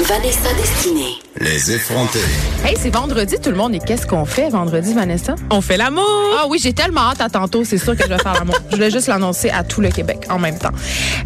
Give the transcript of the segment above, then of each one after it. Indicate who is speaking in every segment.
Speaker 1: Vanessa Destinée.
Speaker 2: Les effrontés.
Speaker 3: Hey, c'est vendredi, tout le monde. Et qu'est-ce qu'on fait vendredi, Vanessa?
Speaker 4: On fait l'amour!
Speaker 3: Ah oui, j'ai tellement hâte à tantôt, c'est sûr que je vais faire l'amour. je voulais juste l'annoncer à tout le Québec en même temps.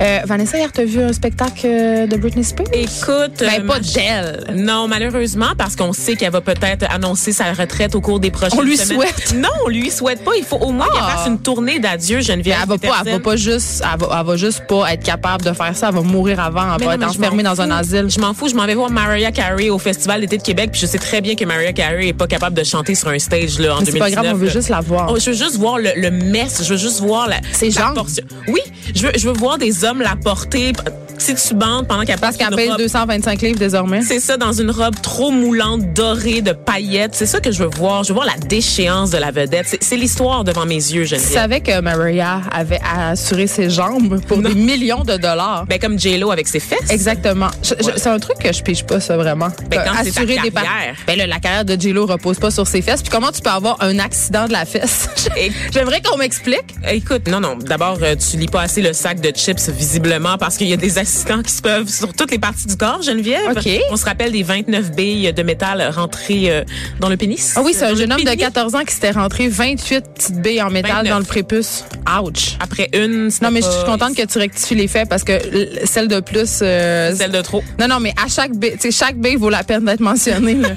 Speaker 3: Euh, Vanessa, hier, t'as vu un spectacle euh, de Britney Spears?
Speaker 4: Écoute.
Speaker 3: Ben,
Speaker 4: euh,
Speaker 3: pas d'elle.
Speaker 4: Non, malheureusement, parce qu'on sait qu'elle va peut-être annoncer sa retraite au cours des prochaines
Speaker 3: On lui
Speaker 4: semaines.
Speaker 3: souhaite.
Speaker 4: Non, on lui souhaite pas. Il faut au moins
Speaker 3: Ah. Ben,
Speaker 4: qu'elle fasse une tournée d'adieu, Geneviève.
Speaker 3: Elle va pas, elle va
Speaker 4: Peterson.
Speaker 3: pas juste, elle va, elle va juste pas être capable de faire ça. Elle va mourir avant. Elle
Speaker 4: Mais
Speaker 3: va
Speaker 4: non, mais
Speaker 3: être
Speaker 4: je m'en
Speaker 3: enfermée dans un
Speaker 4: fous.
Speaker 3: asile.
Speaker 4: Je m'en fous, je m'en vais voir Mariah Carey au Festival d'été de Québec, puis je sais très bien que Mariah Carey est pas capable de chanter sur un stage là en
Speaker 3: Mais c'est pas
Speaker 4: 2019,
Speaker 3: grave, on veut
Speaker 4: là.
Speaker 3: juste la voir.
Speaker 4: Oh, je veux juste voir le, le mess, je veux juste voir la
Speaker 3: Ses
Speaker 4: la
Speaker 3: jambes.
Speaker 4: portion. Oui, je veux, je veux voir des hommes la porter titubante pendant qu'elle
Speaker 3: Parce
Speaker 4: porte
Speaker 3: qu'elle
Speaker 4: une
Speaker 3: pèse
Speaker 4: robe.
Speaker 3: 225 livres désormais.
Speaker 4: C'est ça, dans une robe trop moulante, dorée, de paillettes. C'est ça que je veux voir. Je veux voir la déchéance de la vedette. C'est- C'est l'histoire devant mes yeux,
Speaker 3: Tu
Speaker 4: Geneviève.
Speaker 3: savais que Maria avait assuré ses jambes pour des millions de dollars.
Speaker 4: Ben, comme J-Lo avec ses fesses.
Speaker 3: Exactement. Je- je-
Speaker 4: Voilà.
Speaker 3: C'est un truc que je pige pas, ça, vraiment.
Speaker 4: Ben, quand c'est ta
Speaker 3: Assurer des par-
Speaker 4: carrière.
Speaker 3: Ben là, la carrière de J-Lo repose pas sur ses fesses. Puis comment tu peux avoir un accident de la fesse?
Speaker 4: Et-
Speaker 3: J'aimerais qu'on m'explique.
Speaker 4: Euh, Écoute, non, non. D'abord, euh, tu lis pas assez le sac de chips, visiblement, parce qu'il y a des assistants qui se peuvent sur toutes les parties du corps, Geneviève.
Speaker 3: OK.
Speaker 4: On se rappelle des 29 billes de métal rentrées euh, dans le pénis.
Speaker 3: Ah oui, c'est un
Speaker 4: Dans le
Speaker 3: jeune homme de
Speaker 4: pénis.
Speaker 3: 14 ans qui s'était rentré 28 petites billes en métal
Speaker 4: 29.
Speaker 3: dans le prépuce. Ouch.
Speaker 4: Après une,
Speaker 3: Non, mais je suis contente que tu rectifies les faits parce que l- celle de plus. euh,
Speaker 4: Celle de trop.
Speaker 3: Non, non, mais à chaque baie, tu sais, chaque baie vaut la peine d'être mentionnée. là.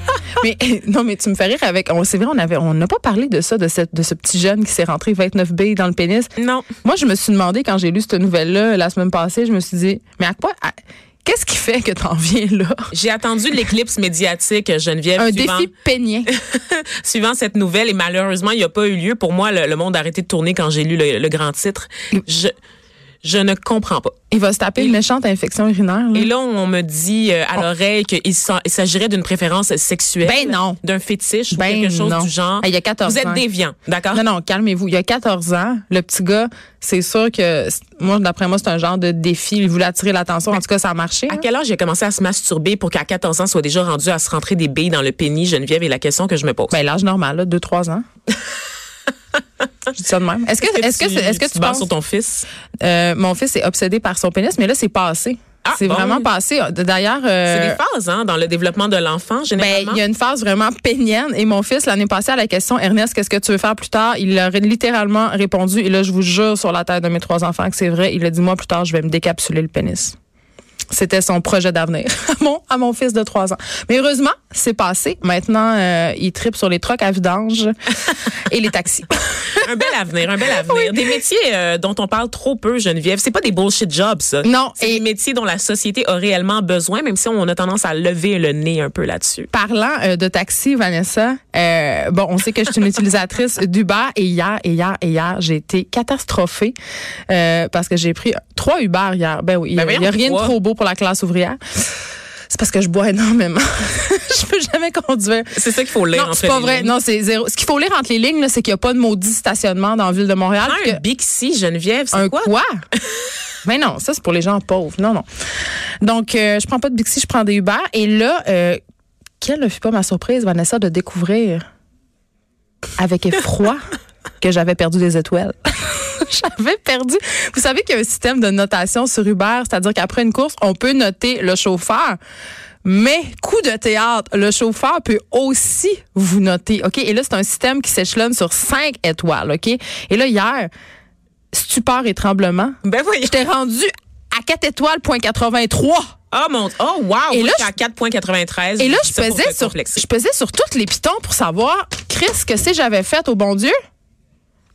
Speaker 3: mais non, mais tu me fais rire avec. On, c'est vrai, on avait, on n'a pas parlé de ça, de, cette, de ce petit jeune qui s'est rentré 29 baies dans le pénis.
Speaker 4: Non.
Speaker 3: Moi, je me suis demandé quand j'ai lu cette nouvelle-là la semaine passée, je me suis dit, mais à quoi, à- qu'est-ce qui fait que t'en viens là?
Speaker 4: J'ai attendu l'éclipse médiatique, Geneviève.
Speaker 3: Un
Speaker 4: suivant-
Speaker 3: défi peignien.
Speaker 4: suivant cette nouvelle, et malheureusement, il n'y a pas eu lieu. Pour moi, le, le monde a arrêté de tourner quand j'ai lu le, le grand titre. Je, je ne comprends pas.
Speaker 3: Il va se taper une méchante infection urinaire. là.
Speaker 4: Et là, on me dit euh, à l'oreille qu'il s'en- il s'agirait d'une préférence sexuelle.
Speaker 3: Ah. Ben non.
Speaker 4: D'un fétiche ou
Speaker 3: Ben
Speaker 4: quelque chose
Speaker 3: non.
Speaker 4: du genre.
Speaker 3: Ah, il y a 14
Speaker 4: Vous
Speaker 3: ans.
Speaker 4: êtes déviant, d'accord?
Speaker 3: Non, non, calmez-vous. Il y a 14 ans, le petit gars, c'est sûr que, c'est- moi, d'après moi, c'est un genre de défi. Il voulait attirer l'attention. En tout cas, ça a marché.
Speaker 4: À
Speaker 3: hein.
Speaker 4: quel âge il a commencé à se masturber pour qu'à 14 ans soit déjà rendu à se rentrer des billes dans le pénis, Geneviève, et la question que je me pose.
Speaker 3: Ben, l'âge normal, là, 2-3 ans. Je dis ça de même. Est-ce que, est-ce que,
Speaker 4: tu-
Speaker 3: est-ce que
Speaker 4: tu
Speaker 3: tu
Speaker 4: te bases
Speaker 3: penses,
Speaker 4: sur ton fils?
Speaker 3: euh, mon fils est obsédé par son pénis, mais là, c'est passé.
Speaker 4: Ah,
Speaker 3: c'est
Speaker 4: bon.
Speaker 3: vraiment passé. D'ailleurs, euh,
Speaker 4: C'est des phases, hein, dans le développement de l'enfant,
Speaker 3: ben,
Speaker 4: généralement.
Speaker 3: il y a une phase vraiment peignante. Et mon fils, l'année passée, à la question, Ernest, qu'est-ce que tu veux faire plus tard? Il a littéralement répondu, et là, je vous jure sur la tête de mes trois enfants que c'est vrai. Il a dit, moi, plus tard, je vais me décapsuler le pénis. C'était son projet d'avenir à mon, à mon fils de trois ans. Mais heureusement, c'est passé. Maintenant, euh, il tripe sur les trocs à vidange et les taxis.
Speaker 4: un bel avenir, un bel avenir. Des métiers euh, dont on parle trop peu, Geneviève. C'est pas des bullshit jobs, ça.
Speaker 3: Non,
Speaker 4: C'est
Speaker 3: et-
Speaker 4: des métiers dont la société a réellement besoin, même si on a tendance à lever le nez un peu là-dessus.
Speaker 3: Parlant euh, de taxi, Vanessa, euh, bon, on sait que je suis une utilisatrice d'Uber et hier, et hier, et hier, j'ai été catastrophée euh, parce que j'ai pris trois Uber hier. Ben oui, il
Speaker 4: Ben
Speaker 3: n'y a
Speaker 4: voyons,
Speaker 3: rien de
Speaker 4: trois.
Speaker 3: trop beau pour la classe ouvrière. C'est parce que je bois énormément. je peux jamais conduire.
Speaker 4: C'est ça qu'il faut lire
Speaker 3: Non,
Speaker 4: entre
Speaker 3: c'est pas
Speaker 4: les
Speaker 3: vrai.
Speaker 4: lignes.
Speaker 3: Non, c'est zéro. Ce qu'il faut lire entre les lignes, là, c'est qu'il n'y a pas de maudit stationnement dans la ville de Montréal.
Speaker 4: Ah,
Speaker 3: puis que-
Speaker 4: un Bixi, Geneviève, c'est
Speaker 3: un
Speaker 4: quoi?
Speaker 3: Mais non, ça c'est pour les gens pauvres. Non, non. Donc, euh, je prends pas de Bixi, je prends des Uber. Et là, euh, quelle ne fut pas ma surprise, Vanessa, de découvrir avec effroi que j'avais perdu des étoiles. j'avais perdu. Vous savez qu'il y a un système de notation sur Uber, c'est-à-dire qu'après une course, on peut noter le chauffeur. Mais coup de théâtre, le chauffeur peut aussi vous noter, ok Et là, c'est un système qui s'échelonne sur cinq étoiles, ok Et là, hier, stupeur et tremblement.
Speaker 4: Ben voyons.
Speaker 3: J'étais rendu à 4 étoiles, point 83.
Speaker 4: Oh mon. Oh, wow.
Speaker 3: Et
Speaker 4: Moi,
Speaker 3: là,
Speaker 4: j'étais à 4,93.
Speaker 3: Et là,
Speaker 4: Dis
Speaker 3: je
Speaker 4: ça pour
Speaker 3: pesais,
Speaker 4: te
Speaker 3: sur,
Speaker 4: complexer.
Speaker 3: je pesais sur toutes les pitons pour savoir, Chris, que c'est que j'avais fait au bon Dieu?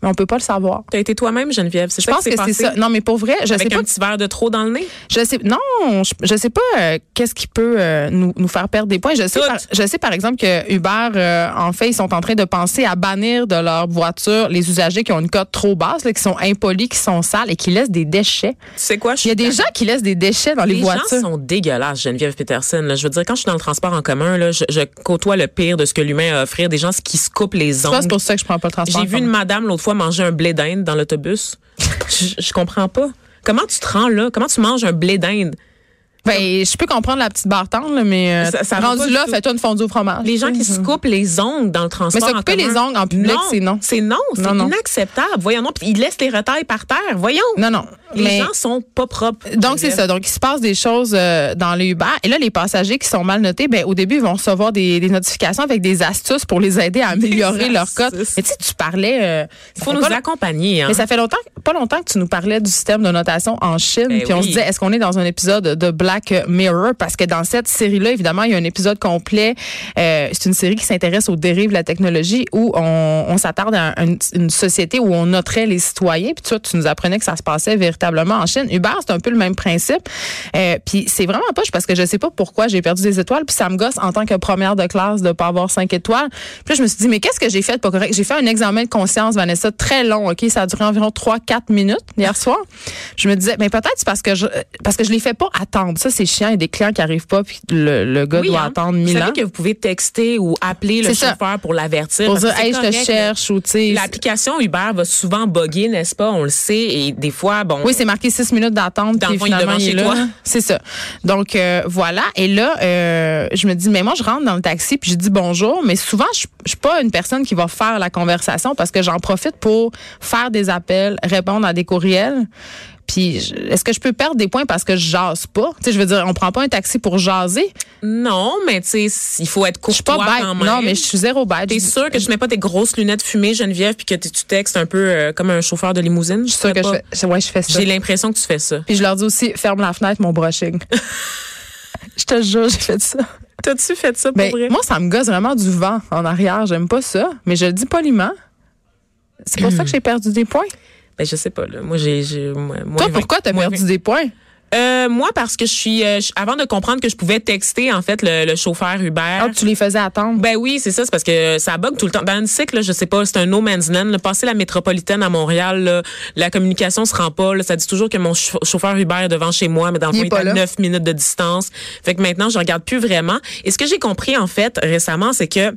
Speaker 3: Mais on peut pas le savoir.
Speaker 4: T'as été toi-même, Geneviève. C'est
Speaker 3: Je pense que c'est ça. Non, mais pour vrai, je sais
Speaker 4: Avec
Speaker 3: pas.
Speaker 4: un petit verre de trop dans le nez.
Speaker 3: Je sais non, je, je sais pas euh, qu'est-ce qui peut euh, nous, nous faire perdre des points. Je sais,
Speaker 4: Tout.
Speaker 3: par, je sais par exemple que Uber, euh, en fait, ils sont en train de penser à bannir de leur voiture les usagers qui ont une cote trop basse, là, qui sont impolis, qui sont sales et qui laissent des déchets.
Speaker 4: Tu sais quoi? je
Speaker 3: Il y a des
Speaker 4: suis
Speaker 3: gens qui laissent des déchets dans les,
Speaker 4: Les
Speaker 3: voitures.
Speaker 4: gens sont dégueulasses, Geneviève Peterson. là. Je veux dire, quand je suis dans le transport en commun, là, je, je côtoie le pire de ce que l'humain a à offrir. Des gens qui se coupent les
Speaker 3: Tu vois,
Speaker 4: ongles.
Speaker 3: c'est pour ça que je prends pas le transport.
Speaker 4: J'ai vu
Speaker 3: en
Speaker 4: une
Speaker 3: commun.
Speaker 4: madame l'autre fois manger un blé d'Inde dans l'autobus. je, je comprends pas. Comment tu te rends là? Comment tu manges un blé d'inde?
Speaker 3: Ben, je peux comprendre la petite barre tendre, là, mais euh,
Speaker 4: Ça- ça va pas
Speaker 3: rendu
Speaker 4: du
Speaker 3: là,
Speaker 4: tout.
Speaker 3: fais-toi une fondue au fromage.
Speaker 4: Les gens qui se coupent les ongles dans le transport.
Speaker 3: Mhm. Mais se
Speaker 4: en
Speaker 3: couper
Speaker 4: commun.
Speaker 3: les ongles en public, c'est non.
Speaker 4: C'est non, c'est
Speaker 3: Non, non.
Speaker 4: inacceptable. Voyons, non. Puis ils laissent les retails par terre. Voyons.
Speaker 3: Non, non.
Speaker 4: Les
Speaker 3: mais...
Speaker 4: gens sont pas propres.
Speaker 3: Donc c'est ça. Donc il se passe des choses euh, dans le Uber et là les passagers qui sont mal notés, ben au début ils vont recevoir des, des notifications avec des astuces pour les aider à améliorer leur cote.
Speaker 4: astuces.
Speaker 3: Mais tu sais, tu parlais. euh,
Speaker 4: Il
Speaker 3: ça
Speaker 4: faut
Speaker 3: fait
Speaker 4: nous
Speaker 3: pas long-
Speaker 4: accompagner. Hein.
Speaker 3: mais ça fait longtemps, pas longtemps que tu nous parlais du système de notation en Chine,
Speaker 4: Ben
Speaker 3: puis on
Speaker 4: oui.
Speaker 3: se disait est-ce qu'on est dans un épisode de Black Mirror parce que dans cette série-là, évidemment, il y a un épisode complet. euh, c'est une série qui s'intéresse aux dérives de la technologie où on, on s'attarde à un- une, une société où on noterait les citoyens. Puis toi, tu nous apprenais que ça se passait véritablement en Chine. Uber, c'est un peu le même principe. Euh, puis c'est vraiment poche parce que je sais pas pourquoi j'ai perdu des étoiles. Puis ça me gosse en tant que première de classe de pas avoir cinq étoiles. Puis là, je me suis dit, mais qu'est-ce que j'ai fait de pas correct? J'ai fait un examen de conscience, Vanessa, très long, OK? Ça a duré environ 3-4 minutes hier soir. Je me disais, mais peut-être c'est parce que je parce que je les fais pas attendre. Ça, c'est chiant. Il y a des clients qui arrivent pas, puis le, le gars
Speaker 4: Oui,
Speaker 3: doit
Speaker 4: hein.
Speaker 3: attendre
Speaker 4: Vous
Speaker 3: mille
Speaker 4: savez
Speaker 3: ans.
Speaker 4: que vous pouvez texter ou appeler le
Speaker 3: C'est ça.
Speaker 4: chauffeur pour l'avertir.
Speaker 3: Pour
Speaker 4: parce
Speaker 3: dire,
Speaker 4: que c'est
Speaker 3: hey, je te
Speaker 4: correct, là.
Speaker 3: cherche, ou tu sais.
Speaker 4: L'application Uber va souvent bugger, n'est-ce pas? On le sait. Et des fois, bon.
Speaker 3: Oui, c'est marqué 6 minutes d'attente.
Speaker 4: Dans
Speaker 3: Puis
Speaker 4: le fond, il est
Speaker 3: finalement,
Speaker 4: devant
Speaker 3: il est
Speaker 4: chez
Speaker 3: là.
Speaker 4: toi.
Speaker 3: C'est ça. Donc, euh, voilà. Et là, euh, je me dis, mais moi, je rentre dans le taxi puis je dis bonjour. Mais souvent, je je suis pas une personne qui va faire la conversation parce que j'en profite pour faire des appels, répondre à des courriels. Puis, je- est-ce que je peux perdre des points parce que je jase pas? Tu sais, je veux dire, on prend pas un taxi pour jaser.
Speaker 4: Non, mais tu sais, il faut être
Speaker 3: Je suis pas
Speaker 4: courtois
Speaker 3: bête.
Speaker 4: quand même.
Speaker 3: Non, mais je suis zéro bête.
Speaker 4: T'es
Speaker 3: Je-
Speaker 4: sûre que tu mets pas tes grosses lunettes fumées, Geneviève, puis que t- tu textes un peu euh, comme un chauffeur de limousine?
Speaker 3: je suis sûre que je fais, ouais, je fais ça.
Speaker 4: J'ai l'impression que tu fais ça.
Speaker 3: Puis je leur dis aussi, ferme la fenêtre, mon brushing. je te jure, j'ai fait ça.
Speaker 4: T'as-tu fait ça pour
Speaker 3: Ben,
Speaker 4: vrai?
Speaker 3: moi, ça me gosse vraiment du vent en arrière. J'aime pas ça, mais je le dis poliment. C'est pour ça que j'ai perdu des points.
Speaker 4: Ben, je sais pas, là. Moi, j'ai. j'ai- moi- moins
Speaker 3: Toi,
Speaker 4: vingt.
Speaker 3: pourquoi t'as
Speaker 4: Moins
Speaker 3: perdu des points?
Speaker 4: vingt. Euh, moi, parce que je suis. euh, je- avant de comprendre que je pouvais texter, en fait, le, le chauffeur Uber.
Speaker 3: Ah, tu les faisais attendre.
Speaker 4: Hein? Ben oui, c'est ça, c'est parce que ça bug tout le temps. Dans cycle, là, je sais pas, c'est un no man's land. là. Passer la métropolitaine à Montréal, là, la communication se rend pas. là. Ça dit toujours que mon chau- chauffeur Uber est devant chez moi, mais dans le
Speaker 3: Il
Speaker 4: fond,
Speaker 3: est
Speaker 4: il est
Speaker 3: pas là.
Speaker 4: à 9 minutes de distance. Fait que maintenant, je regarde plus vraiment. Et ce que j'ai compris, en fait, récemment, c'est que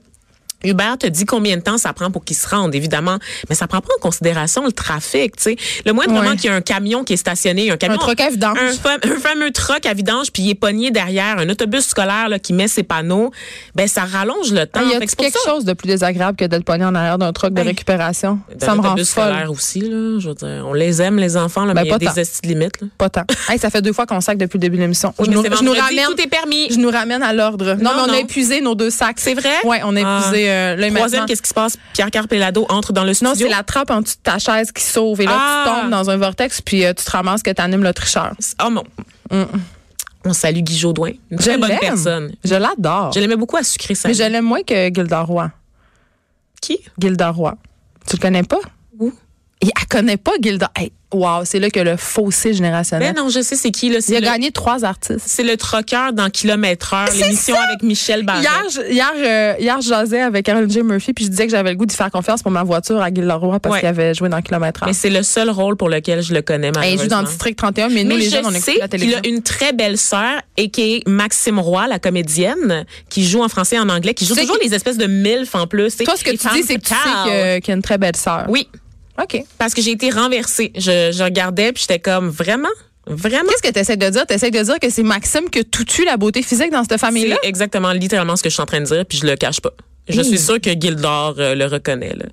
Speaker 4: Uber te dit combien de temps ça prend pour qu'ils se rendent, évidemment, mais ça prend pas en considération le trafic, tu sais. Le moins de
Speaker 3: Ouais.
Speaker 4: moment qu'il y a un camion qui est stationné, un camion,
Speaker 3: truck à vidange.
Speaker 4: un fam- un fameux truck à vidange, puis il est pogné derrière un autobus scolaire là, qui met ses panneaux, ben ça rallonge le temps.
Speaker 3: Il Ah, y a
Speaker 4: Fait que c'est pour
Speaker 3: quelque
Speaker 4: ça-
Speaker 3: chose de plus désagréable que d'être pogné en arrière d'un truc de
Speaker 4: Hey.
Speaker 3: récupération.
Speaker 4: Dans
Speaker 3: Ça me rend
Speaker 4: l'autobus
Speaker 3: folle.
Speaker 4: Ben, scolaire aussi, là, je veux dire, on les aime les enfants, là,
Speaker 3: Ben,
Speaker 4: mais il y a
Speaker 3: pas tant.
Speaker 4: des estis de limites. là.
Speaker 3: Pas tant. Hey, ça fait deux fois qu'on sac depuis le début de l'émission.
Speaker 4: Oui,
Speaker 3: je,
Speaker 4: mais
Speaker 3: nous,
Speaker 4: c'est
Speaker 3: je nous
Speaker 4: vendredi,
Speaker 3: ramène,
Speaker 4: tout est permis.
Speaker 3: je nous ramène à l'ordre. Non,
Speaker 4: Non,
Speaker 3: mais on a
Speaker 4: non.
Speaker 3: épuisé nos deux sacs.
Speaker 4: C'est vrai?
Speaker 3: Oui, on a épuisé euh, le
Speaker 4: Troisième,
Speaker 3: maintenant.
Speaker 4: qu'est-ce qui se passe? Pierre Carpellado entre dans le
Speaker 3: Non, c'est
Speaker 4: studio.
Speaker 3: la trappe en dessous de ta chaise qui sauve. Et là, tu
Speaker 4: Ah!
Speaker 3: tombes dans un vortex, puis euh, tu te ramasses que t'animes le tricheur.
Speaker 4: Oh mon. On salue Guy Jodoin, une très bonne
Speaker 3: Mm. l'aime.
Speaker 4: personne.
Speaker 3: Je l'adore.
Speaker 4: Je l'aimais beaucoup à sucrer ça.
Speaker 3: Mais je l'aime moins que Gilda Roy.
Speaker 4: Qui?
Speaker 3: Gilda Roy. Tu le connais pas?
Speaker 4: Où?
Speaker 3: Et elle connaît pas Gilda. Hey, wow, c'est là que le fossé
Speaker 4: Ben
Speaker 3: générationnel.
Speaker 4: non, je sais c'est qui. Là,
Speaker 3: Il
Speaker 4: c'est
Speaker 3: a
Speaker 4: le,
Speaker 3: gagné trois artistes.
Speaker 4: c'est le troqueur dans Kilomètre Heure, l'émission avec Michel Barret.
Speaker 3: Hier, je- hier, euh, hier, je jasais avec Aaron J. Murphy, puis je disais que j'avais le goût d'y faire confiance pour ma voiture à Gilda Roy parce
Speaker 4: Ouais.
Speaker 3: qu'il avait joué dans Kilomètre Heure.
Speaker 4: Mais c'est le seul rôle pour lequel je le connais
Speaker 3: Hey, Ben, Il joue dans
Speaker 4: malheureusement.
Speaker 3: le District 31, mais nous,
Speaker 4: mais
Speaker 3: les
Speaker 4: je
Speaker 3: jeunes, on
Speaker 4: sais
Speaker 3: écoute la
Speaker 4: qu'il
Speaker 3: télévision.
Speaker 4: a une très belle sœur et qui est Maxime Roy, la comédienne, qui joue en français et en anglais, qui joue
Speaker 3: Tu sais
Speaker 4: toujours
Speaker 3: qu'il-
Speaker 4: les espèces de milf en plus.
Speaker 3: Toi, ce que
Speaker 4: Et
Speaker 3: tu dis, c'est que tu sais
Speaker 4: Femme
Speaker 3: que- qu'il y a une très belle sœur.
Speaker 4: Oui,
Speaker 3: OK.
Speaker 4: parce que j'ai été renversée. Je, je regardais puis j'étais comme vraiment, vraiment.
Speaker 3: Qu'est-ce que tu essaies de dire? Tu essaies de dire que c'est Maxime qui a tout tue la beauté physique dans cette famille-là?
Speaker 4: C'est exactement littéralement ce que je suis en train de dire, puis je le cache pas. Je suis sûre que Gildor euh, le reconnaît. là.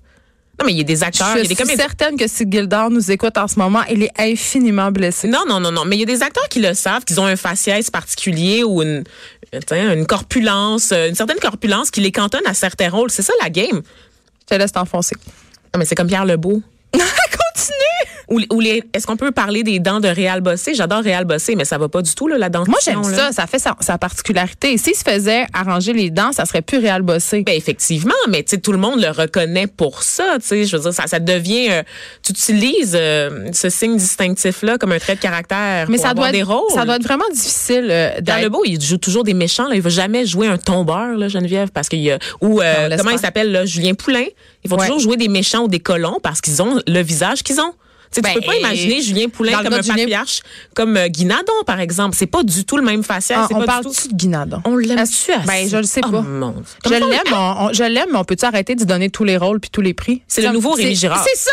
Speaker 4: Non, mais il y a des acteurs, il y
Speaker 3: Je
Speaker 4: a
Speaker 3: suis
Speaker 4: des comédiens.
Speaker 3: certaine que si Gildard nous écoute en ce moment, il est infiniment blessé.
Speaker 4: Non, non, non, non. Mais il y a des acteurs qui le savent, qu'ils ont un faciès particulier ou une, euh, tiens, une corpulence, euh, une certaine corpulence qui les cantonne à certains rôles. C'est ça la game.
Speaker 3: Je te laisse t'enfoncer.
Speaker 4: Non, mais c'est comme Pierre Lebeau.
Speaker 3: Continue!
Speaker 4: Ou, ou les, est-ce qu'on peut parler des dents de Réal Bossé? J'adore Réal Bossé, mais ça va pas du tout, là, la dentition.
Speaker 3: Moi, j'aime
Speaker 4: là.
Speaker 3: ça. Ça fait sa, sa particularité. S'il se faisait arranger les dents, ça serait plus réel bossé.
Speaker 4: Ben effectivement, mais tu sais, tout le monde le reconnaît pour ça. Tu sais, je veux dire, ça, ça devient, euh, tu utilises euh, ce signe distinctif là comme un trait de caractère.
Speaker 3: mais
Speaker 4: pour
Speaker 3: ça
Speaker 4: avoir
Speaker 3: doit,
Speaker 4: des
Speaker 3: être,
Speaker 4: rôles.
Speaker 3: ça doit être vraiment difficile euh,
Speaker 4: Dans
Speaker 3: d'être-
Speaker 4: le beau, il joue toujours des méchants. Là. Il va jamais jouer un tombeur, là, Geneviève, parce qu'il y a ou euh,
Speaker 3: Non, laisse
Speaker 4: comment il
Speaker 3: faire.
Speaker 4: s'appelle là, Julien Poulain. Ils vont
Speaker 3: Ouais.
Speaker 4: toujours jouer des méchants ou des colons parce qu'ils ont le visage qu'ils ont. Tu sais,
Speaker 3: Ben,
Speaker 4: tu peux pas
Speaker 3: et-
Speaker 4: imaginer Julien Poulain
Speaker 3: dans le
Speaker 4: comme
Speaker 3: cas
Speaker 4: un
Speaker 3: de Julien-
Speaker 4: patriarche, comme euh, Guinadon, par exemple. C'est pas du tout le même facial.
Speaker 3: Ah,
Speaker 4: hein, c'est
Speaker 3: on
Speaker 4: pas
Speaker 3: parle
Speaker 4: du tout...
Speaker 3: de Guinadon.
Speaker 4: On l'aime-tu
Speaker 3: Est-ce-
Speaker 4: assez?
Speaker 3: Ben, je le sais
Speaker 4: Oh,
Speaker 3: pas.
Speaker 4: mon Dieu.
Speaker 3: Je
Speaker 4: Comme ça, on
Speaker 3: l'aime, on- on- je l'aime, mais on peut-tu arrêter de donner tous les rôles puis tous les prix?
Speaker 4: C'est le
Speaker 3: Ça-
Speaker 4: nouveau Rémi Girard.
Speaker 3: C'est ça!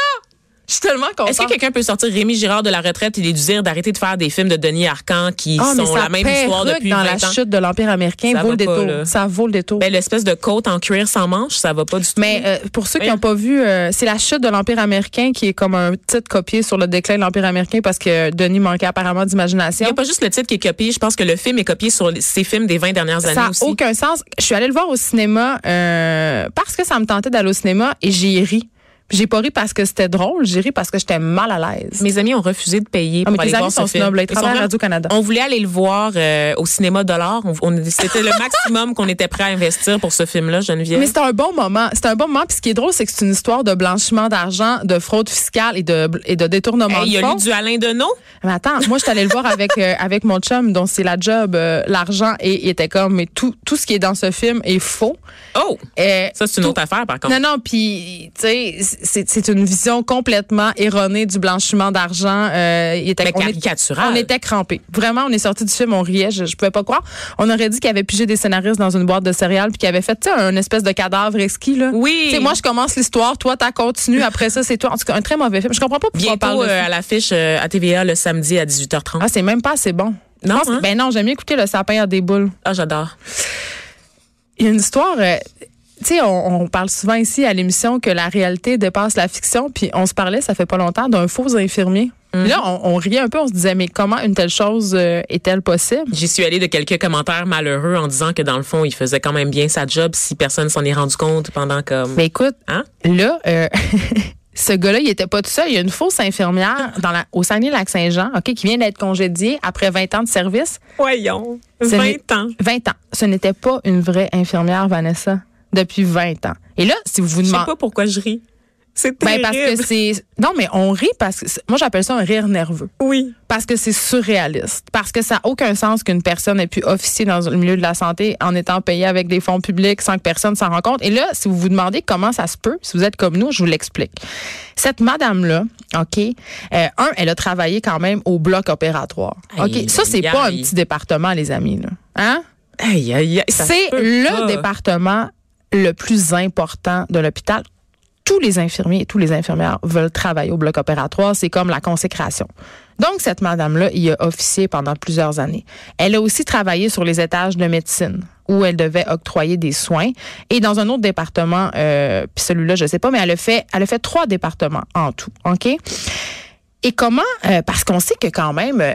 Speaker 3: Je suis tellement contente.
Speaker 4: Est-ce que quelqu'un peut sortir Rémi Girard de la retraite et lui dire d'arrêter de faire des films de Denis Arcan qui
Speaker 3: Ah, mais
Speaker 4: sont
Speaker 3: sa
Speaker 4: la même histoire
Speaker 3: perruque
Speaker 4: depuis
Speaker 3: dans
Speaker 4: 20
Speaker 3: la
Speaker 4: ans?
Speaker 3: chute de l'Empire américain
Speaker 4: Ça
Speaker 3: vaut
Speaker 4: va
Speaker 3: le
Speaker 4: pas,
Speaker 3: détour.
Speaker 4: là.
Speaker 3: ça vaut le détour.
Speaker 4: Ben, l'espèce de côte en cuir sans manche, ça va pas du tout.
Speaker 3: mais euh, pour ceux qui
Speaker 4: Voyons.
Speaker 3: n'ont pas vu, euh, c'est la chute de l'Empire américain qui est comme un titre copié sur le déclin de l'Empire américain parce que Denis manquait apparemment
Speaker 4: il n'y
Speaker 3: d'imagination.
Speaker 4: a pas juste le titre qui est copié, je pense que le film est copié sur les- ces films des 20 dernières années
Speaker 3: Ça n'a
Speaker 4: aussi.
Speaker 3: aucun sens. Je suis allée le voir au cinéma euh, parce que ça me tentait d'aller au cinéma et j'y ai ri. Puis J'ai pas ri parce que c'était drôle, j'ai ri parce que j'étais mal à l'aise.
Speaker 4: Mes amis ont refusé de payer
Speaker 3: Ah, mais
Speaker 4: pour aller
Speaker 3: tes
Speaker 4: voir
Speaker 3: amis sont
Speaker 4: ce film.
Speaker 3: snobs, là, ils
Speaker 4: Ils sont
Speaker 3: travaillent à
Speaker 4: vraiment-
Speaker 3: Radio-Canada.
Speaker 4: On voulait aller le voir euh, au cinéma Dollar. On, on- c'était le maximum qu'on était prêt à investir pour ce film-là, Geneviève.
Speaker 3: Mais c'est un bon moment. C'est un bon moment. Puis ce qui est drôle, c'est que c'est une histoire de blanchiment d'argent, de fraude fiscale et de, et de détournement
Speaker 4: Hey, il y
Speaker 3: de
Speaker 4: a
Speaker 3: fonds.
Speaker 4: lu du Alain Deneau.
Speaker 3: Mais attends, moi, je suis allée le voir avec, euh, avec mon chum, dont c'est la job, euh, l'argent, et il était comme, mais tout, tout ce qui est dans ce film est faux.
Speaker 4: Oh!
Speaker 3: Et
Speaker 4: Ça, c'est une
Speaker 3: tout-
Speaker 4: autre affaire, par contre.
Speaker 3: Non, non, puis, tu sais, c'est c'est une vision complètement erronée du blanchiment d'argent. Euh, il était,
Speaker 4: Mais
Speaker 3: on est-
Speaker 4: caricatural.
Speaker 3: On était crampés. Vraiment, on est sortis du film, on riait, je, je pouvais pas croire. On aurait dit qu'il avait pigé des scénaristes dans une boîte de céréales puis qu'il avait fait, tu sais, un espèce de cadavre exquis, là.
Speaker 4: Oui.
Speaker 3: Tu sais, moi, je commence l'histoire, toi, t'as continué, après ça, c'est toi. En tout cas, un très mauvais film. Je comprends pas pourquoi on parle
Speaker 4: Bientôt
Speaker 3: de ça.
Speaker 4: euh, à l'affiche euh, à TVA le samedi à 18h30.
Speaker 3: Ah, c'est même pas assez bon. Je
Speaker 4: Non,
Speaker 3: pense-
Speaker 4: hein?
Speaker 3: Ben non, j'aime mieux écouter le sapin à des boules.
Speaker 4: Ah, j'adore.
Speaker 3: Il y a une histoire. euh, tu sais, on, on parle souvent ici à l'émission que la réalité dépasse la fiction, puis on se parlait, ça fait pas longtemps, d'un faux infirmier.
Speaker 4: Mhm.
Speaker 3: Puis Là, on, on riait un peu, on se disait, mais comment une telle chose euh, est-elle possible?
Speaker 4: J'y suis allée de quelques commentaires malheureux en disant que dans le fond, il faisait quand même bien sa job si personne s'en est rendu compte pendant comme.
Speaker 3: Mais écoute,
Speaker 4: Hein?
Speaker 3: là, euh, ce gars-là, il était pas tout seul. Il y a une fausse infirmière dans la, au Saguenay-Lac-Saint-Jean, OK, qui vient d'être congédiée après 20 ans de service.
Speaker 4: Voyons.
Speaker 3: Ce
Speaker 4: 20
Speaker 3: n'est-
Speaker 4: ans.
Speaker 3: 20 ans. Ce n'était pas une vraie infirmière, Vanessa, depuis 20 ans. Et là, si vous vous
Speaker 4: Je sais
Speaker 3: demandez...
Speaker 4: pas pourquoi je ris. C'est
Speaker 3: Ben
Speaker 4: terrible.
Speaker 3: parce que c'est non mais on rit parce que c'est- moi j'appelle ça un rire nerveux
Speaker 4: Oui.
Speaker 3: parce que c'est surréaliste parce que ça a aucun sens qu'une personne ait pu officier dans le milieu de la santé en étant payée avec des fonds publics sans que personne s'en rende compte et là si vous vous demandez comment ça se peut si vous êtes comme nous je vous l'explique cette madame là ok euh, un elle a travaillé quand même au bloc opératoire ok
Speaker 4: Aïe,
Speaker 3: ça c'est
Speaker 4: aïe,
Speaker 3: pas un
Speaker 4: aïe.
Speaker 3: petit département les amis là hein
Speaker 4: Aïe, aïe, aïe. ça se
Speaker 3: c'est
Speaker 4: peut
Speaker 3: le
Speaker 4: pas.
Speaker 3: département le plus important de l'hôpital. Tous les infirmiers et tous les infirmières veulent travailler au bloc opératoire. C'est comme la consécration. Donc, cette madame-là y a officié pendant plusieurs années. Elle a aussi travaillé sur les étages de médecine où elle devait octroyer des soins. Et dans un autre département, euh, puis celui-là, je sais pas, mais elle a fait, elle a fait trois départements en tout. OK? Et comment, euh, parce qu'on sait que quand même, euh,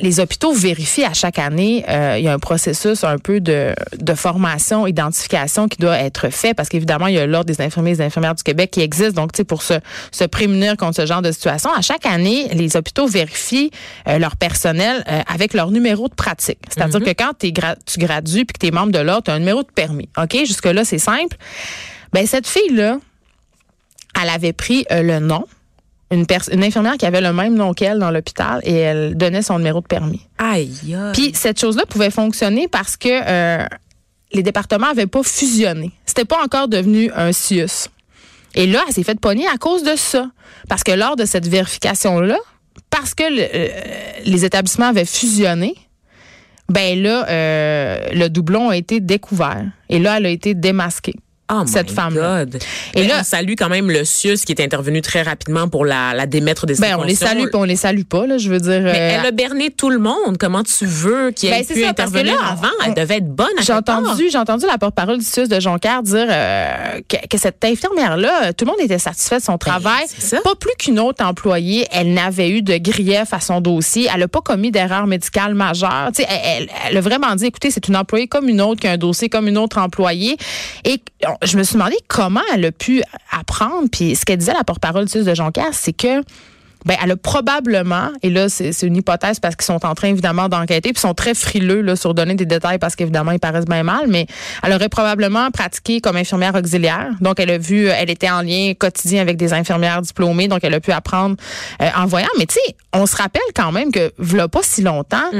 Speaker 3: les hôpitaux vérifient à chaque année, euh, il y a un processus un peu de, de formation, identification qui doit être fait, parce qu'évidemment, il y a l'Ordre des infirmiers et des infirmières du Québec qui existe, donc tu sais, pour se, se prémunir contre ce genre de situation, à chaque année, les hôpitaux vérifient euh, leur personnel euh, avec leur numéro de pratique. C'est-à-dire que quand t'es gra- tu gradues puis que tu es membre de l'Ordre, tu as un numéro de permis. OK? Jusque-là, c'est simple. Ben, cette fille-là, elle avait pris euh, le nom, une, pers- une infirmière qui avait le même nom qu'elle dans l'hôpital et elle donnait son numéro de permis.
Speaker 4: Aïe, aïe.
Speaker 3: Puis cette chose-là pouvait fonctionner parce que euh, les départements n'avaient pas fusionné. C'était pas encore devenu un CIUS. Et là, elle s'est faite pogner à cause de ça. Parce que lors de cette vérification-là, parce que le- euh, les établissements avaient fusionné, ben là, euh, le doublon a été découvert. Et là, elle a été démasquée.
Speaker 4: Oh my
Speaker 3: cette femme-là.
Speaker 4: God.
Speaker 3: Et
Speaker 4: Mais
Speaker 3: là-
Speaker 4: on salue quand même le CIUS qui est intervenu très rapidement pour la, la démettre des
Speaker 3: Ben, on les
Speaker 4: incontions.
Speaker 3: salue, puis on les salue pas, là, je veux dire.
Speaker 4: Mais
Speaker 3: euh,
Speaker 4: elle a berné tout le monde. Comment tu veux qu'il
Speaker 3: Ben,
Speaker 4: ait
Speaker 3: c'est
Speaker 4: pu
Speaker 3: ça, parce que
Speaker 4: intervenir
Speaker 3: là,
Speaker 4: avant?
Speaker 3: on-
Speaker 4: Elle devait être bonne à
Speaker 3: J'ai
Speaker 4: quelque part.
Speaker 3: entendu, j'ai entendu la porte-parole du CIUS de Jonquière dire euh, que, que cette infirmière-là, euh, tout le monde était satisfait de son travail.
Speaker 4: c'est ça.
Speaker 3: pas plus qu'une autre employée, elle n'avait eu de grief à son dossier. Elle n'a pas commis d'erreur médicale majeure. Tu sais, elle, elle- elle a vraiment dit, écoutez, c'est une employée comme une autre, qui a un dossier comme une autre employée. Et on- je me suis demandé comment elle a pu apprendre. Puis ce qu'elle disait la porte-parole du CIUS de Jonquière, c'est que ben, elle a probablement, et là, c'est c'est une hypothèse parce qu'ils sont en train, évidemment, d'enquêter, puis ils sont très frileux là, sur donner des détails parce qu'évidemment, ils paraissent bien mal, mais elle aurait probablement pratiqué comme infirmière auxiliaire. Donc, elle a vu, euh, elle était en lien quotidien avec des infirmières diplômées, donc elle a pu apprendre euh, en voyant. Mais tu sais, on se rappelle quand même que, voilà pas si longtemps,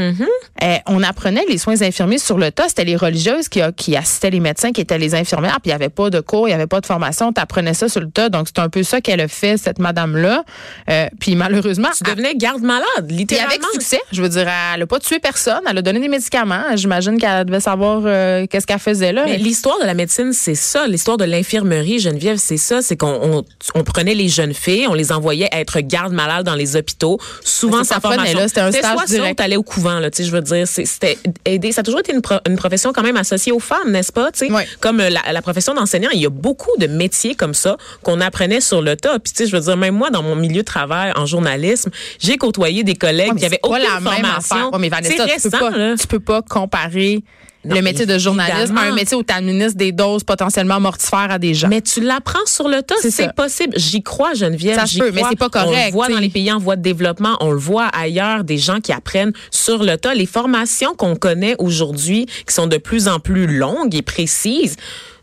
Speaker 3: euh, on apprenait les soins infirmiers sur le tas. C'était les religieuses qui, qui assistaient les médecins, qui étaient les infirmières, puis il n'y avait pas de cours, il n'y avait pas de formation. Tu apprenais ça sur le tas. Donc, c'est un peu ça qu'elle a fait, cette madame-là. Euh, puis malheureusement,
Speaker 4: Tu devenais garde-malade,
Speaker 3: puis
Speaker 4: littéralement.
Speaker 3: avec succès, je veux dire, elle n'a pas tué personne, elle a donné des médicaments. J'imagine qu'elle devait savoir euh, qu'est-ce qu'elle faisait là.
Speaker 4: Mais l'histoire de la médecine, c'est ça. L'histoire de l'infirmerie, Geneviève, c'est ça. C'est qu'on on, on prenait les jeunes filles, on les envoyait être gardes-malades dans les hôpitaux. Souvent,
Speaker 3: Mais c'est
Speaker 4: sa
Speaker 3: pas fun,
Speaker 4: formation.
Speaker 3: là, c'était un
Speaker 4: C'était
Speaker 3: stage
Speaker 4: soit ça ou
Speaker 3: direct.
Speaker 4: t'allais au couvent, là. Tu sais, je veux dire, c'est- c'était aider. Ça a toujours été une, pro- une profession quand même associée aux femmes, n'est-ce pas? Tu sais,
Speaker 3: Ouais.
Speaker 4: comme euh, la, la profession d'enseignant, il y a beaucoup de métiers comme ça qu'on apprenait sur le tas. Puis, tu sais, je veux dire, même moi, dans mon milieu de travail en journalisme, j'ai côtoyé des collègues
Speaker 3: Ouais, mais
Speaker 4: qui avaient
Speaker 3: c'est pas
Speaker 4: aucune
Speaker 3: la même
Speaker 4: formation.
Speaker 3: affaire. Ouais, mais Vanessa,
Speaker 4: c'est
Speaker 3: tu, peux
Speaker 4: récent,
Speaker 3: pas,
Speaker 4: là.
Speaker 3: tu peux pas comparer
Speaker 4: Non,
Speaker 3: le métier de journalisme à un
Speaker 4: évidemment.
Speaker 3: métier où tu administres des doses potentiellement mortifères à des gens.
Speaker 4: Mais tu l'apprends sur le tas,
Speaker 3: C'est ça.
Speaker 4: c'est possible. J'y crois, Geneviève.
Speaker 3: Ça se
Speaker 4: j'y
Speaker 3: peut, mais
Speaker 4: crois.
Speaker 3: c'est pas correct,
Speaker 4: On le voit
Speaker 3: t'sais.
Speaker 4: dans les pays en voie de développement, on le voit ailleurs, des gens qui apprennent sur le tas. Les formations qu'on connaît aujourd'hui, qui sont de plus en plus longues et précises.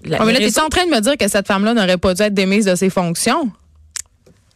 Speaker 4: la-
Speaker 3: Ouais, Ah, mais là,
Speaker 4: les
Speaker 3: t'es-tu en train de me dire que cette femme-là n'aurait pas dû être démise de ses fonctions?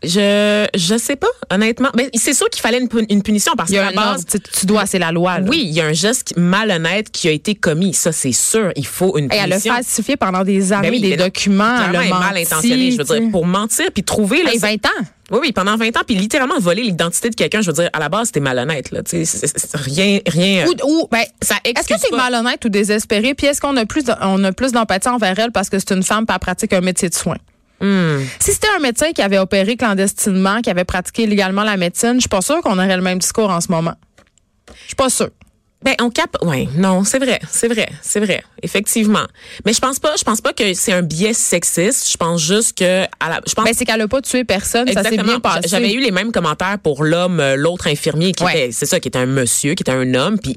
Speaker 4: Je je sais pas, honnêtement. Mais c'est sûr qu'il fallait une, pu- une punition parce
Speaker 3: Il y
Speaker 4: que
Speaker 3: a
Speaker 4: la
Speaker 3: un ordre,
Speaker 4: base.
Speaker 3: tu, tu dois, c'est la loi. là.
Speaker 4: Oui, il y a un geste qui- malhonnête qui a été commis. Ça, c'est sûr. Il faut une
Speaker 3: Et elle a
Speaker 4: punition.
Speaker 3: falsifié pendant des années
Speaker 4: Ben oui,
Speaker 3: des
Speaker 4: mais non,
Speaker 3: documents. Elle
Speaker 4: clairement,
Speaker 3: a
Speaker 4: elle est mal
Speaker 3: menti,
Speaker 4: intentionnée. Je veux
Speaker 3: tu sais.
Speaker 4: dire, pour mentir puis trouver. là,
Speaker 3: Hey,
Speaker 4: c'est-
Speaker 3: 20 ans.
Speaker 4: Oui, oui, pendant 20 ans, puis littéralement voler l'identité de quelqu'un, je veux dire, à la base, c'était malhonnête, là. Tu sais, c'est- c'est- c'est rien, rien. euh,
Speaker 3: Ou, ou- ben,
Speaker 4: ça
Speaker 3: est-ce que
Speaker 4: excuse
Speaker 3: c'est
Speaker 4: pas.
Speaker 3: malhonnête ou désespéré? Puis est-ce qu'on a plus, de- on a plus d'empathie envers elle parce que c'est une femme pas pratique un métier de soin?
Speaker 4: Hmm.
Speaker 3: Si c'était un médecin qui avait opéré clandestinement, qui avait pratiqué illégalement la médecine, je suis pas sûre qu'on aurait le même discours en ce moment. Je suis pas sûre.
Speaker 4: Ben, on cap, ouais, non, c'est vrai, c'est vrai, c'est vrai, effectivement. Mais je pense pas, je pense pas que c'est un biais sexiste. Je pense juste que, à la, je pense.
Speaker 3: Mais Ben, c'est qu'elle a pas tué personne, ça s'est bien passé.
Speaker 4: J'avais eu les mêmes commentaires pour l'homme, euh, l'autre infirmier qui
Speaker 3: Ouais.
Speaker 4: était, c'est ça, qui était un monsieur, qui était un homme, puis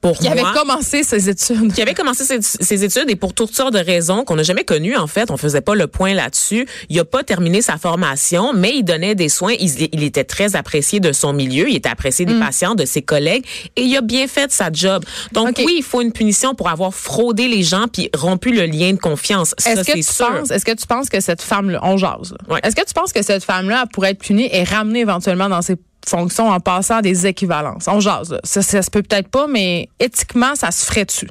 Speaker 4: pour
Speaker 3: qui
Speaker 4: moi.
Speaker 3: avait commencé ses études.
Speaker 4: qui avait commencé ses, ses études et pour toutes sortes de raisons qu'on n'a jamais connues, en fait, on faisait pas le point là-dessus. Il a pas terminé sa formation, mais il donnait des soins. Il, il était très apprécié de son milieu. Il était apprécié
Speaker 3: Mm.
Speaker 4: des patients, de ses collègues et il a bien fait sa job. Donc
Speaker 3: OK.
Speaker 4: oui, il faut une punition pour avoir fraudé les gens puis rompu le lien de confiance. Ça,
Speaker 3: Est-ce que,
Speaker 4: c'est
Speaker 3: tu
Speaker 4: sûr.
Speaker 3: penses, est-ce que tu penses que cette femme-là, on jase, là.
Speaker 4: Ouais.
Speaker 3: est-ce que tu penses que cette femme-là elle pourrait être punie et ramenée éventuellement dans ses fonctions en passant à des équivalences? On jase, là. Ça, ça se peut peut-être pas, mais éthiquement, ça se ferait-tu?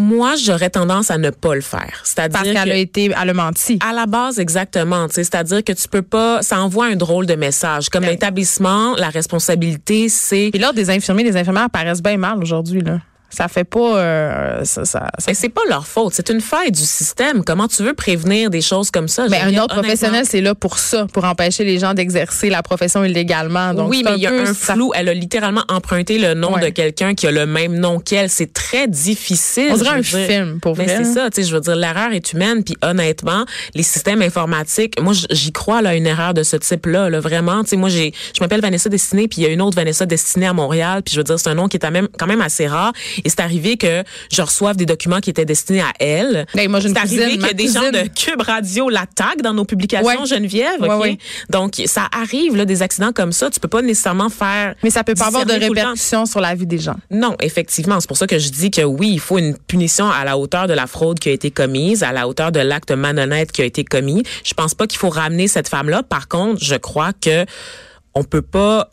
Speaker 4: Moi, j'aurais tendance à ne pas le faire.
Speaker 3: Parce
Speaker 4: C'est-à-dire
Speaker 3: qu'elle
Speaker 4: que- Ah,
Speaker 3: a été, elle a menti.
Speaker 4: À la base, exactement. tu sais, C'est-à-dire que tu peux pas. Ça envoie un drôle de message.
Speaker 3: Ben
Speaker 4: Comme l'établissement, la responsabilité, c'est.
Speaker 3: Puis là, des infirmiers, des infirmières paraissent bien mal aujourd'hui, là. Ça fait pas, euh, ça, ça- ça-
Speaker 4: Mais c'est pas leur faute. C'est une faille du système. Comment tu veux prévenir des choses comme ça?
Speaker 3: Mais un
Speaker 4: Geneviève?
Speaker 3: autre professionnel, c'est là pour ça, pour empêcher les gens d'exercer la profession illégalement.
Speaker 4: Honnêtement,
Speaker 3: Donc,
Speaker 4: oui,
Speaker 3: c'est
Speaker 4: mais il y a
Speaker 3: peu
Speaker 4: un
Speaker 3: ça.
Speaker 4: flou. Elle a littéralement emprunté le nom
Speaker 3: Ouais.
Speaker 4: de quelqu'un qui a le même nom qu'elle. C'est très difficile.
Speaker 3: On dirait
Speaker 4: je veux
Speaker 3: un
Speaker 4: dire.
Speaker 3: film, pour
Speaker 4: Mais
Speaker 3: vrai. hein.
Speaker 4: c'est ça, tu sais, je veux dire, l'erreur est humaine, puis honnêtement, les systèmes informatiques, moi, j- j'y crois, là, une erreur de ce type-là, là, vraiment, tu sais, moi, j'ai, je m'appelle Vanessa Destinée, puis il y a une autre Vanessa Destinée à Montréal, puis je veux dire, c'est un nom qui est à même, quand même assez rare, et c'est arrivé que je reçoive des documents qui étaient destinés à elle.
Speaker 3: Hey, Ben, moi, j'ai une
Speaker 4: c'est arrivé
Speaker 3: cousine,
Speaker 4: qu'il y a
Speaker 3: ma
Speaker 4: des
Speaker 3: cousine.
Speaker 4: gens de Cube Radio l'attaquent dans nos publications,
Speaker 3: Ouais.
Speaker 4: Geneviève,
Speaker 3: Ouais,
Speaker 4: OK?
Speaker 3: ouais.
Speaker 4: Donc, ça arrive, là, des accidents comme ça, tu peux pas nécessairement faire...
Speaker 3: Mais ça peut pas avoir de
Speaker 4: discerner tout le temps.
Speaker 3: répercussions sur la vie des gens.
Speaker 4: Non, effectivement. C'est pour ça que je dis que oui, il faut une punition à la hauteur de la fraude qui a été commise, à la hauteur de l'acte malhonnête qui a été commis. Je pense pas qu'il faut ramener cette femme-là. Par contre, je crois que on peut pas.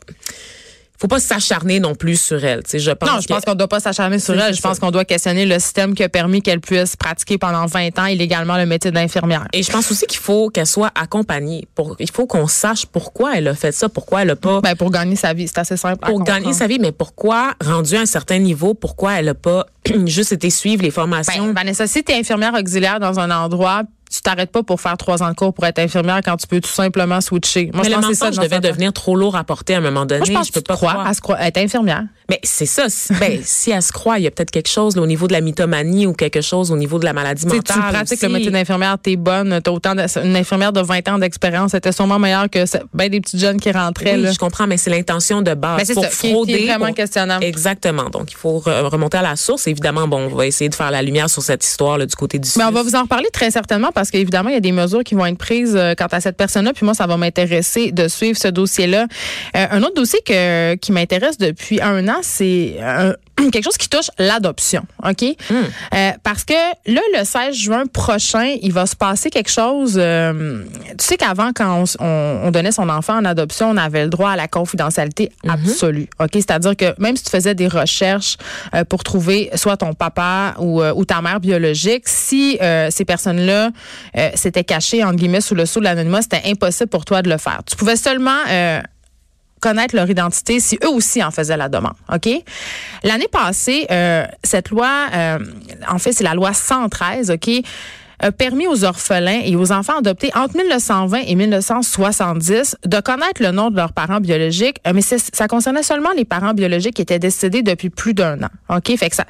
Speaker 4: Faut pas s'acharner non plus sur elle. Tu sais, je pense.
Speaker 3: Non, je pense qu'on ne doit pas s'acharner sur
Speaker 4: C'est
Speaker 3: elle. Je
Speaker 4: ça.
Speaker 3: pense qu'on doit questionner le système qui a permis qu'elle puisse pratiquer pendant 20 ans illégalement le métier d'infirmière.
Speaker 4: Et je pense aussi qu'il faut qu'elle soit accompagnée. Pour, il faut qu'on sache pourquoi elle a fait ça, pourquoi elle a pas.
Speaker 3: Ben, pour gagner sa vie, c'est assez simple. à
Speaker 4: pour gagner
Speaker 3: comprendre.
Speaker 4: sa vie, mais pourquoi, rendue à un certain niveau, pourquoi elle a pas juste été suivre les formations?
Speaker 3: Ben, Vanessa, si tu es infirmière auxiliaire dans un endroit, tu t'arrêtes pas pour faire trois ans de cours pour être infirmière quand tu peux tout simplement switcher. Moi,
Speaker 4: mais
Speaker 3: je
Speaker 4: le
Speaker 3: pense que c'est ça.
Speaker 4: mensonge
Speaker 3: dans
Speaker 4: devait
Speaker 3: certains-
Speaker 4: devenir trop lourd à porter à un moment donné.
Speaker 3: Moi, je pense
Speaker 4: peux
Speaker 3: que tu
Speaker 4: pas
Speaker 3: crois
Speaker 4: croire.
Speaker 3: à se croire- être infirmière.
Speaker 4: Mais c'est ça. si- Ben, si elle se croit, il y a peut-être quelque chose là, au niveau de la mythomanie ou quelque chose au niveau de la maladie
Speaker 3: Tu sais,
Speaker 4: mentale.
Speaker 3: tu pratiques
Speaker 4: aussi.
Speaker 3: le métier d'infirmière, t'es bonne, t'as autant de- une infirmière de 20 ans d'expérience, était sûrement meilleure que ce- ben des petites jeunes qui rentraient
Speaker 4: Oui,
Speaker 3: là.
Speaker 4: je comprends, mais c'est l'intention de base.
Speaker 3: Mais c'est
Speaker 4: pour
Speaker 3: ça, qui est- qui est
Speaker 4: frauder.
Speaker 3: vraiment
Speaker 4: pour-
Speaker 3: questionnable.
Speaker 4: Exactement. Donc, il faut re- remonter à la source. Évidemment, bon, on va essayer de faire la lumière sur cette histoire là, du côté du
Speaker 3: Mais on
Speaker 4: Sud.
Speaker 3: va vous en reparler très certainement parce qu'évidemment, il y a des mesures qui vont être prises euh, quant à cette personne-là. Puis moi, ça va m'intéresser de suivre ce dossier-là. Euh, un autre dossier que, qui m'intéresse depuis un an, c'est euh, quelque chose qui touche l'adoption. OK? Euh, parce que là, le 16 juin prochain, il va se passer quelque chose. euh, tu sais qu'avant, quand on, s- on- on donnait son enfant en adoption, on avait le droit à la confidentialité absolue. OK? C'est-à-dire que même si tu faisais des recherches euh, pour trouver soit ton papa ou, euh, ou ta mère biologique, si euh, ces personnes-là euh, s'étaient cachées, entre guillemets, sous le sceau de l'anonymat, c'était impossible pour toi de le faire. Tu pouvais seulement euh, connaître leur identité si eux aussi en faisaient la demande. OK? L'année passée, euh, cette loi, euh, en fait, c'est la loi 113, OK? a permis aux orphelins et aux enfants adoptés entre 1920 et 1970 de connaître le nom de leurs parents biologiques, euh, mais c'est- ça concernait seulement les parents biologiques qui étaient décédés depuis plus d'un an. OK? Fait que ça,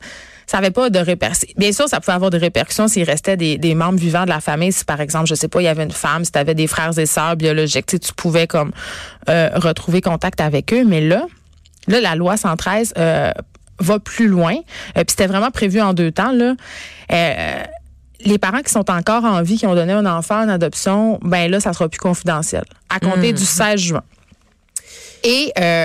Speaker 3: ça n'avait pas de répercussions. Bien sûr, ça pouvait avoir des répercussions s'il restait des, des membres vivants de la famille. Si, par exemple, je sais pas, il y avait une femme, si tu avais des frères et sœurs biologiques, tu sais, tu pouvais comme euh, retrouver contact avec eux. Mais là, là, la loi 113 euh, va plus loin. Euh, Puis c'était vraiment prévu en deux temps. Là. Euh, les parents qui sont encore en vie, qui ont donné un enfant en adoption, ben là, ça sera plus confidentiel. À compter du 16 juin. Et euh,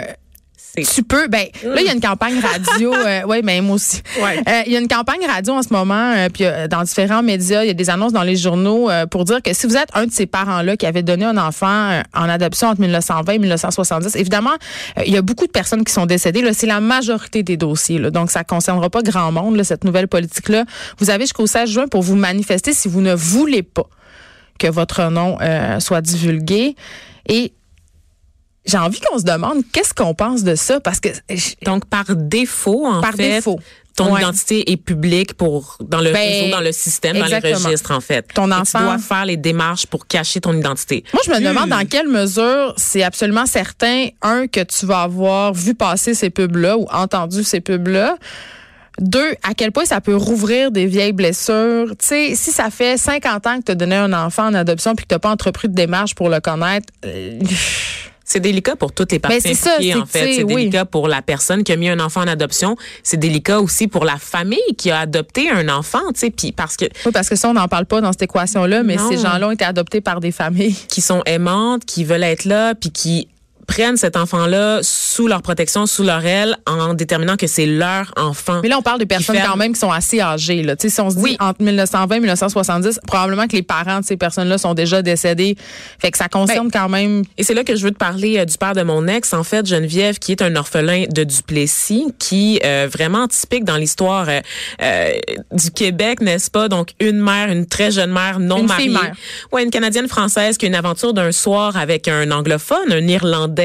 Speaker 4: C'est-
Speaker 3: tu peux. Ben, là, il y a une campagne radio. euh, ouais, ben, moi aussi. Euh,
Speaker 4: Ouais.
Speaker 3: Il y a une campagne radio en ce moment, euh, puis euh, dans différents médias, il y a des annonces dans les journaux euh, pour dire que si vous êtes un de ces parents-là qui avait donné un enfant euh, en adoption entre 1920 et 1970, évidemment, euh, il y a beaucoup de personnes qui sont décédées. là. C'est la majorité des dossiers. là. Donc, ça ne concernera pas grand monde, là, cette nouvelle politique-là. Vous avez jusqu'au 16 juin pour vous manifester si vous ne voulez pas que votre nom euh, soit divulgué. Et j'ai envie qu'on se demande qu'est-ce qu'on pense de ça parce que je-
Speaker 4: Donc, par défaut, en
Speaker 3: Par
Speaker 4: fait,
Speaker 3: défaut.
Speaker 4: ton
Speaker 3: Ouais.
Speaker 4: identité est publique pour, dans le
Speaker 3: Ben,
Speaker 4: réseau, dans le système, dans les
Speaker 3: exactement.
Speaker 4: registres, en fait.
Speaker 3: Ton
Speaker 4: Et
Speaker 3: enfant-
Speaker 4: Tu dois faire les démarches pour cacher ton identité.
Speaker 3: moi je me demande dans quelle mesure c'est absolument certain un que tu vas avoir vu passer ces pubs là ou entendu ces pubs là. Deux, à quel point ça peut rouvrir des vieilles blessures. Tu sais, si ça fait 50 ans que tu as donné un enfant en adoption puis que tu n'as pas entrepris de démarche pour le connaître, euh,
Speaker 4: C'est délicat pour toutes les parties
Speaker 3: Ben, c'est ça,
Speaker 4: impliquées,
Speaker 3: c'est
Speaker 4: en
Speaker 3: que, tu
Speaker 4: fait.
Speaker 3: sais,
Speaker 4: C'est
Speaker 3: oui.
Speaker 4: délicat pour la personne qui a mis un enfant en adoption. C'est délicat aussi pour la famille qui a adopté un enfant, tu sais, puis parce que
Speaker 3: oui, parce que ça, on n'en parle pas dans cette équation-là, mais
Speaker 4: Non.
Speaker 3: ces gens-là ont été adoptés par des familles.
Speaker 4: qui sont aimantes, qui veulent être là, puis qui prennent cet enfant-là sous leur protection, sous leur aile, en déterminant que c'est leur enfant.
Speaker 3: Mais là, on parle de personnes
Speaker 4: ferment.
Speaker 3: quand même qui sont assez âgées. Là. Tu sais, Si on se dit
Speaker 4: Oui.
Speaker 3: entre 1920 et 1970, probablement que les parents de ces personnes-là sont déjà décédés. Fait que ça concerne
Speaker 4: Ben,
Speaker 3: quand même.
Speaker 4: Et c'est là que je veux te parler euh, du père de mon ex, en fait, Geneviève, qui est un orphelin de Duplessis, qui euh, vraiment typique dans l'histoire euh, euh, du Québec, n'est-ce pas? Donc, une mère, une très jeune mère non
Speaker 3: Une
Speaker 4: mariée.
Speaker 3: fille mère.
Speaker 4: Ouais, une Canadienne française qui a une aventure d'un soir avec un anglophone, un Irlandais,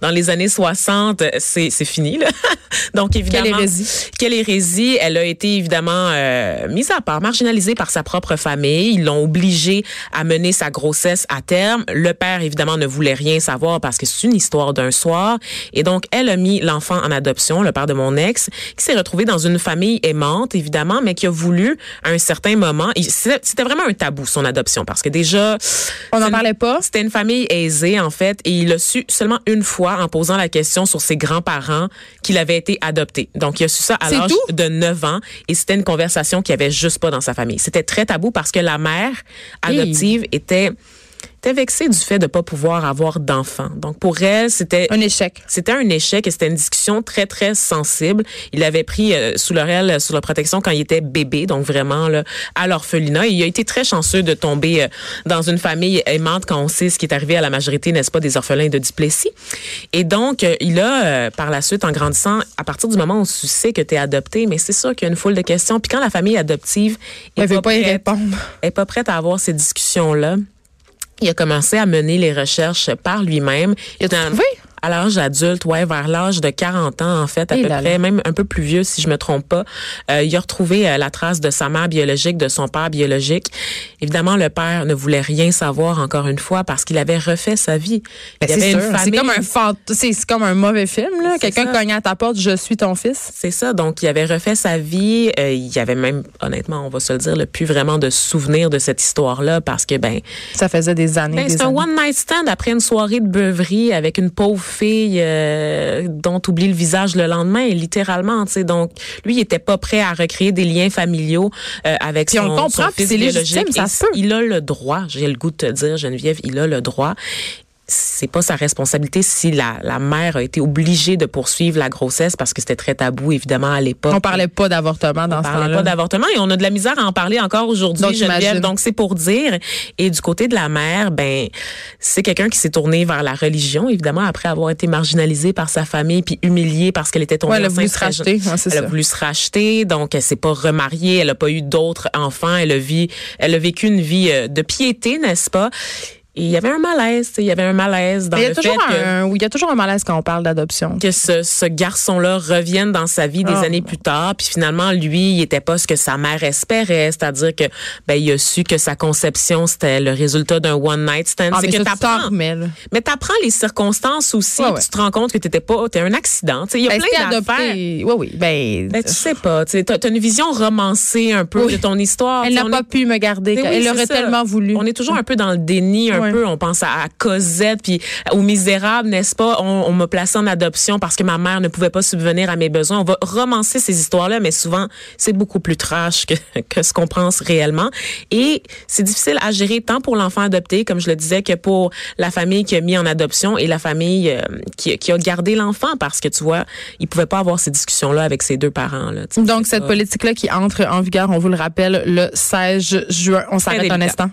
Speaker 4: dans les années 60. euh, C'est, c'est fini, là. Donc, évidemment.
Speaker 3: hérésie.
Speaker 4: Quelle hérésie. Elle a été, évidemment, euh, mise à part, marginalisée par sa propre famille. Ils l'ont obligée à mener sa grossesse à terme. Le père, évidemment, ne voulait rien savoir parce que c'est une histoire d'un soir. Et donc, elle a mis l'enfant en adoption, le père de mon ex, qui s'est retrouvé dans une famille aimante, évidemment, mais qui a voulu, à un certain moment, il- c'était c'était vraiment un tabou, son adoption, parce que déjà,
Speaker 3: On n'en
Speaker 4: c'est une-
Speaker 3: parlait pas.
Speaker 4: C'était une famille aisée, en fait, et il a su seulement une fois en posant la question sur ses grands-parents qu'il avait été adopté. Donc, il a su ça à
Speaker 3: C'est
Speaker 4: l'âge
Speaker 3: tout?
Speaker 4: de 9 ans, et c'était une conversation qu'il n'y avait juste pas dans sa famille. C'était très tabou parce que la mère
Speaker 3: Hey.
Speaker 4: adoptive était, était vexée du fait de ne pas pouvoir avoir d'enfant. Donc, pour elle, c'était
Speaker 3: Un échec.
Speaker 4: c'était un échec et c'était une discussion très, très sensible. Il avait pris euh, sous leur aile, euh, sous leur protection quand il était bébé, donc vraiment là, à l'orphelinat. Et Il a été très chanceux de tomber euh, dans une famille aimante quand on sait ce qui est arrivé à la majorité, n'est-ce pas, des orphelins de Duplessis. Et donc, euh, il a, euh, par la suite, en grandissant, à partir du moment où tu sais que tu es adopté, mais c'est sûr qu'il y a une foule de questions. Puis quand la famille adoptive est
Speaker 3: Elle veut pas y
Speaker 4: prête-
Speaker 3: répondre.
Speaker 4: est pas prête à avoir ces discussions-là. Il a commencé à mener les recherches par lui-même.
Speaker 3: Il a tout
Speaker 4: Dans-
Speaker 3: trouvé?
Speaker 4: à l'âge adulte, ouais, vers l'âge de 40 ans en fait, à
Speaker 3: Et
Speaker 4: peu
Speaker 3: Eh là là.
Speaker 4: près, même un peu plus vieux si je me trompe pas, euh, il a retrouvé euh, la trace de sa mère biologique, de son père biologique. Évidemment, le père ne voulait rien savoir encore une fois parce qu'il avait refait sa vie. Il y
Speaker 3: Ben,
Speaker 4: avait
Speaker 3: c'est
Speaker 4: une
Speaker 3: sûr. C'est
Speaker 4: famille.
Speaker 3: comme un fant- c'est c'est comme un mauvais film là.
Speaker 4: C'est
Speaker 3: Quelqu'un
Speaker 4: ça.
Speaker 3: cognant à ta porte, je suis ton fils.
Speaker 4: C'est ça. Donc, il avait refait sa vie. Euh, il y avait même, honnêtement, on va se le dire, le plus vraiment de souvenirs de cette histoire-là parce que, ben,
Speaker 3: Ça faisait des années.
Speaker 4: ben,
Speaker 3: des
Speaker 4: c'est un
Speaker 3: années.
Speaker 4: one-night stand après une soirée de beuverie avec une pauvre fille euh, dont oublie le visage le lendemain, littéralement. tu sais. Donc, lui, il était pas prêt à recréer des liens familiaux euh, avec
Speaker 3: Puis on
Speaker 4: son,
Speaker 3: le comprend,
Speaker 4: son
Speaker 3: puis
Speaker 4: fils
Speaker 3: c'est
Speaker 4: biologique.
Speaker 3: légitime, ça
Speaker 4: Et
Speaker 3: se peut.
Speaker 4: Il a le droit, j'ai le goût de te dire, Geneviève, il a le droit. C'est pas sa responsabilité si la, la mère a été obligée de poursuivre la grossesse parce que c'était très tabou, évidemment, à l'époque.
Speaker 3: On parlait pas d'avortement dans
Speaker 4: On
Speaker 3: ce
Speaker 4: parlait pas
Speaker 3: temps-là.
Speaker 4: d'avortement et on a de la misère à en parler encore aujourd'hui,
Speaker 3: Donc,
Speaker 4: Geneviève.
Speaker 3: j'imagine.
Speaker 4: Donc, c'est pour dire. Et du côté de la mère, ben, c'est quelqu'un qui s'est tourné vers la religion, évidemment, après avoir été marginalisée par sa famille puis humiliée parce qu'elle était tombée
Speaker 3: Ouais, elle a
Speaker 4: enceinte
Speaker 3: voulu se
Speaker 4: très
Speaker 3: racheter.
Speaker 4: jeune.
Speaker 3: Ouais, c'est
Speaker 4: elle a
Speaker 3: ça.
Speaker 4: voulu se racheter, donc elle s'est pas remariée, elle a pas eu d'autres enfants, elle a, vit, elle a vécu une vie euh, de piété, n'est-ce pas? Et il y avait un malaise, tu sais, il y avait un malaise dans
Speaker 3: Mais il y a
Speaker 4: le fait
Speaker 3: toujours
Speaker 4: que
Speaker 3: un, oui, il y a toujours un malaise quand on parle d'adoption.
Speaker 4: que ce, ce garçon-là revienne dans sa vie des
Speaker 3: Ah.
Speaker 4: années plus tard, puis finalement lui, il était pas ce que sa mère espérait, c'est-à-dire que ben il a su que sa conception c'était le résultat d'un one night stand,
Speaker 3: Ah,
Speaker 4: c'est
Speaker 3: mais
Speaker 4: que
Speaker 3: ça, tu t'en
Speaker 4: t'apprends,
Speaker 3: remets, là.
Speaker 4: mais t'apprends les circonstances aussi,
Speaker 3: Ouais,
Speaker 4: puis
Speaker 3: ouais.
Speaker 4: tu te rends compte que t'étais pas, t'es un accident, Tu sais, il y a
Speaker 3: Ben, si t'es
Speaker 4: plein d'affaires.
Speaker 3: adoptée- Oui, oui. Ben,
Speaker 4: Ben, tu sais pas, tu sais, t'as t'as une vision romancée un peu
Speaker 3: Oui.
Speaker 4: de ton histoire.
Speaker 3: elle
Speaker 4: tu sais,
Speaker 3: n'a
Speaker 4: on
Speaker 3: pas
Speaker 4: est-
Speaker 3: pu me garder.
Speaker 4: Mais Ben oui,
Speaker 3: elle
Speaker 4: c'est
Speaker 3: aurait
Speaker 4: ça.
Speaker 3: tellement voulu.
Speaker 4: On est toujours un peu dans le déni, un
Speaker 3: Ouais.
Speaker 4: peu. On pense à, à Cosette, puis euh, aux misérables, n'est-ce pas? On, on m'a placé en adoption parce que ma mère ne pouvait pas subvenir à mes besoins. On va romancer ces histoires-là, mais souvent, c'est beaucoup plus trash que, que ce qu'on pense réellement. Et c'est difficile à gérer tant pour l'enfant adopté, comme je le disais, que pour la famille qui a mis en adoption et la famille euh, qui, qui a gardé l'enfant parce que, tu vois, ils pouvaient pas avoir ces discussions-là avec ses deux parents-là. tu sais.
Speaker 3: Donc, cette politique-là qui entre en vigueur, on vous le rappelle, le 16 juin. On s'arrête un
Speaker 4: délicat.
Speaker 3: instant.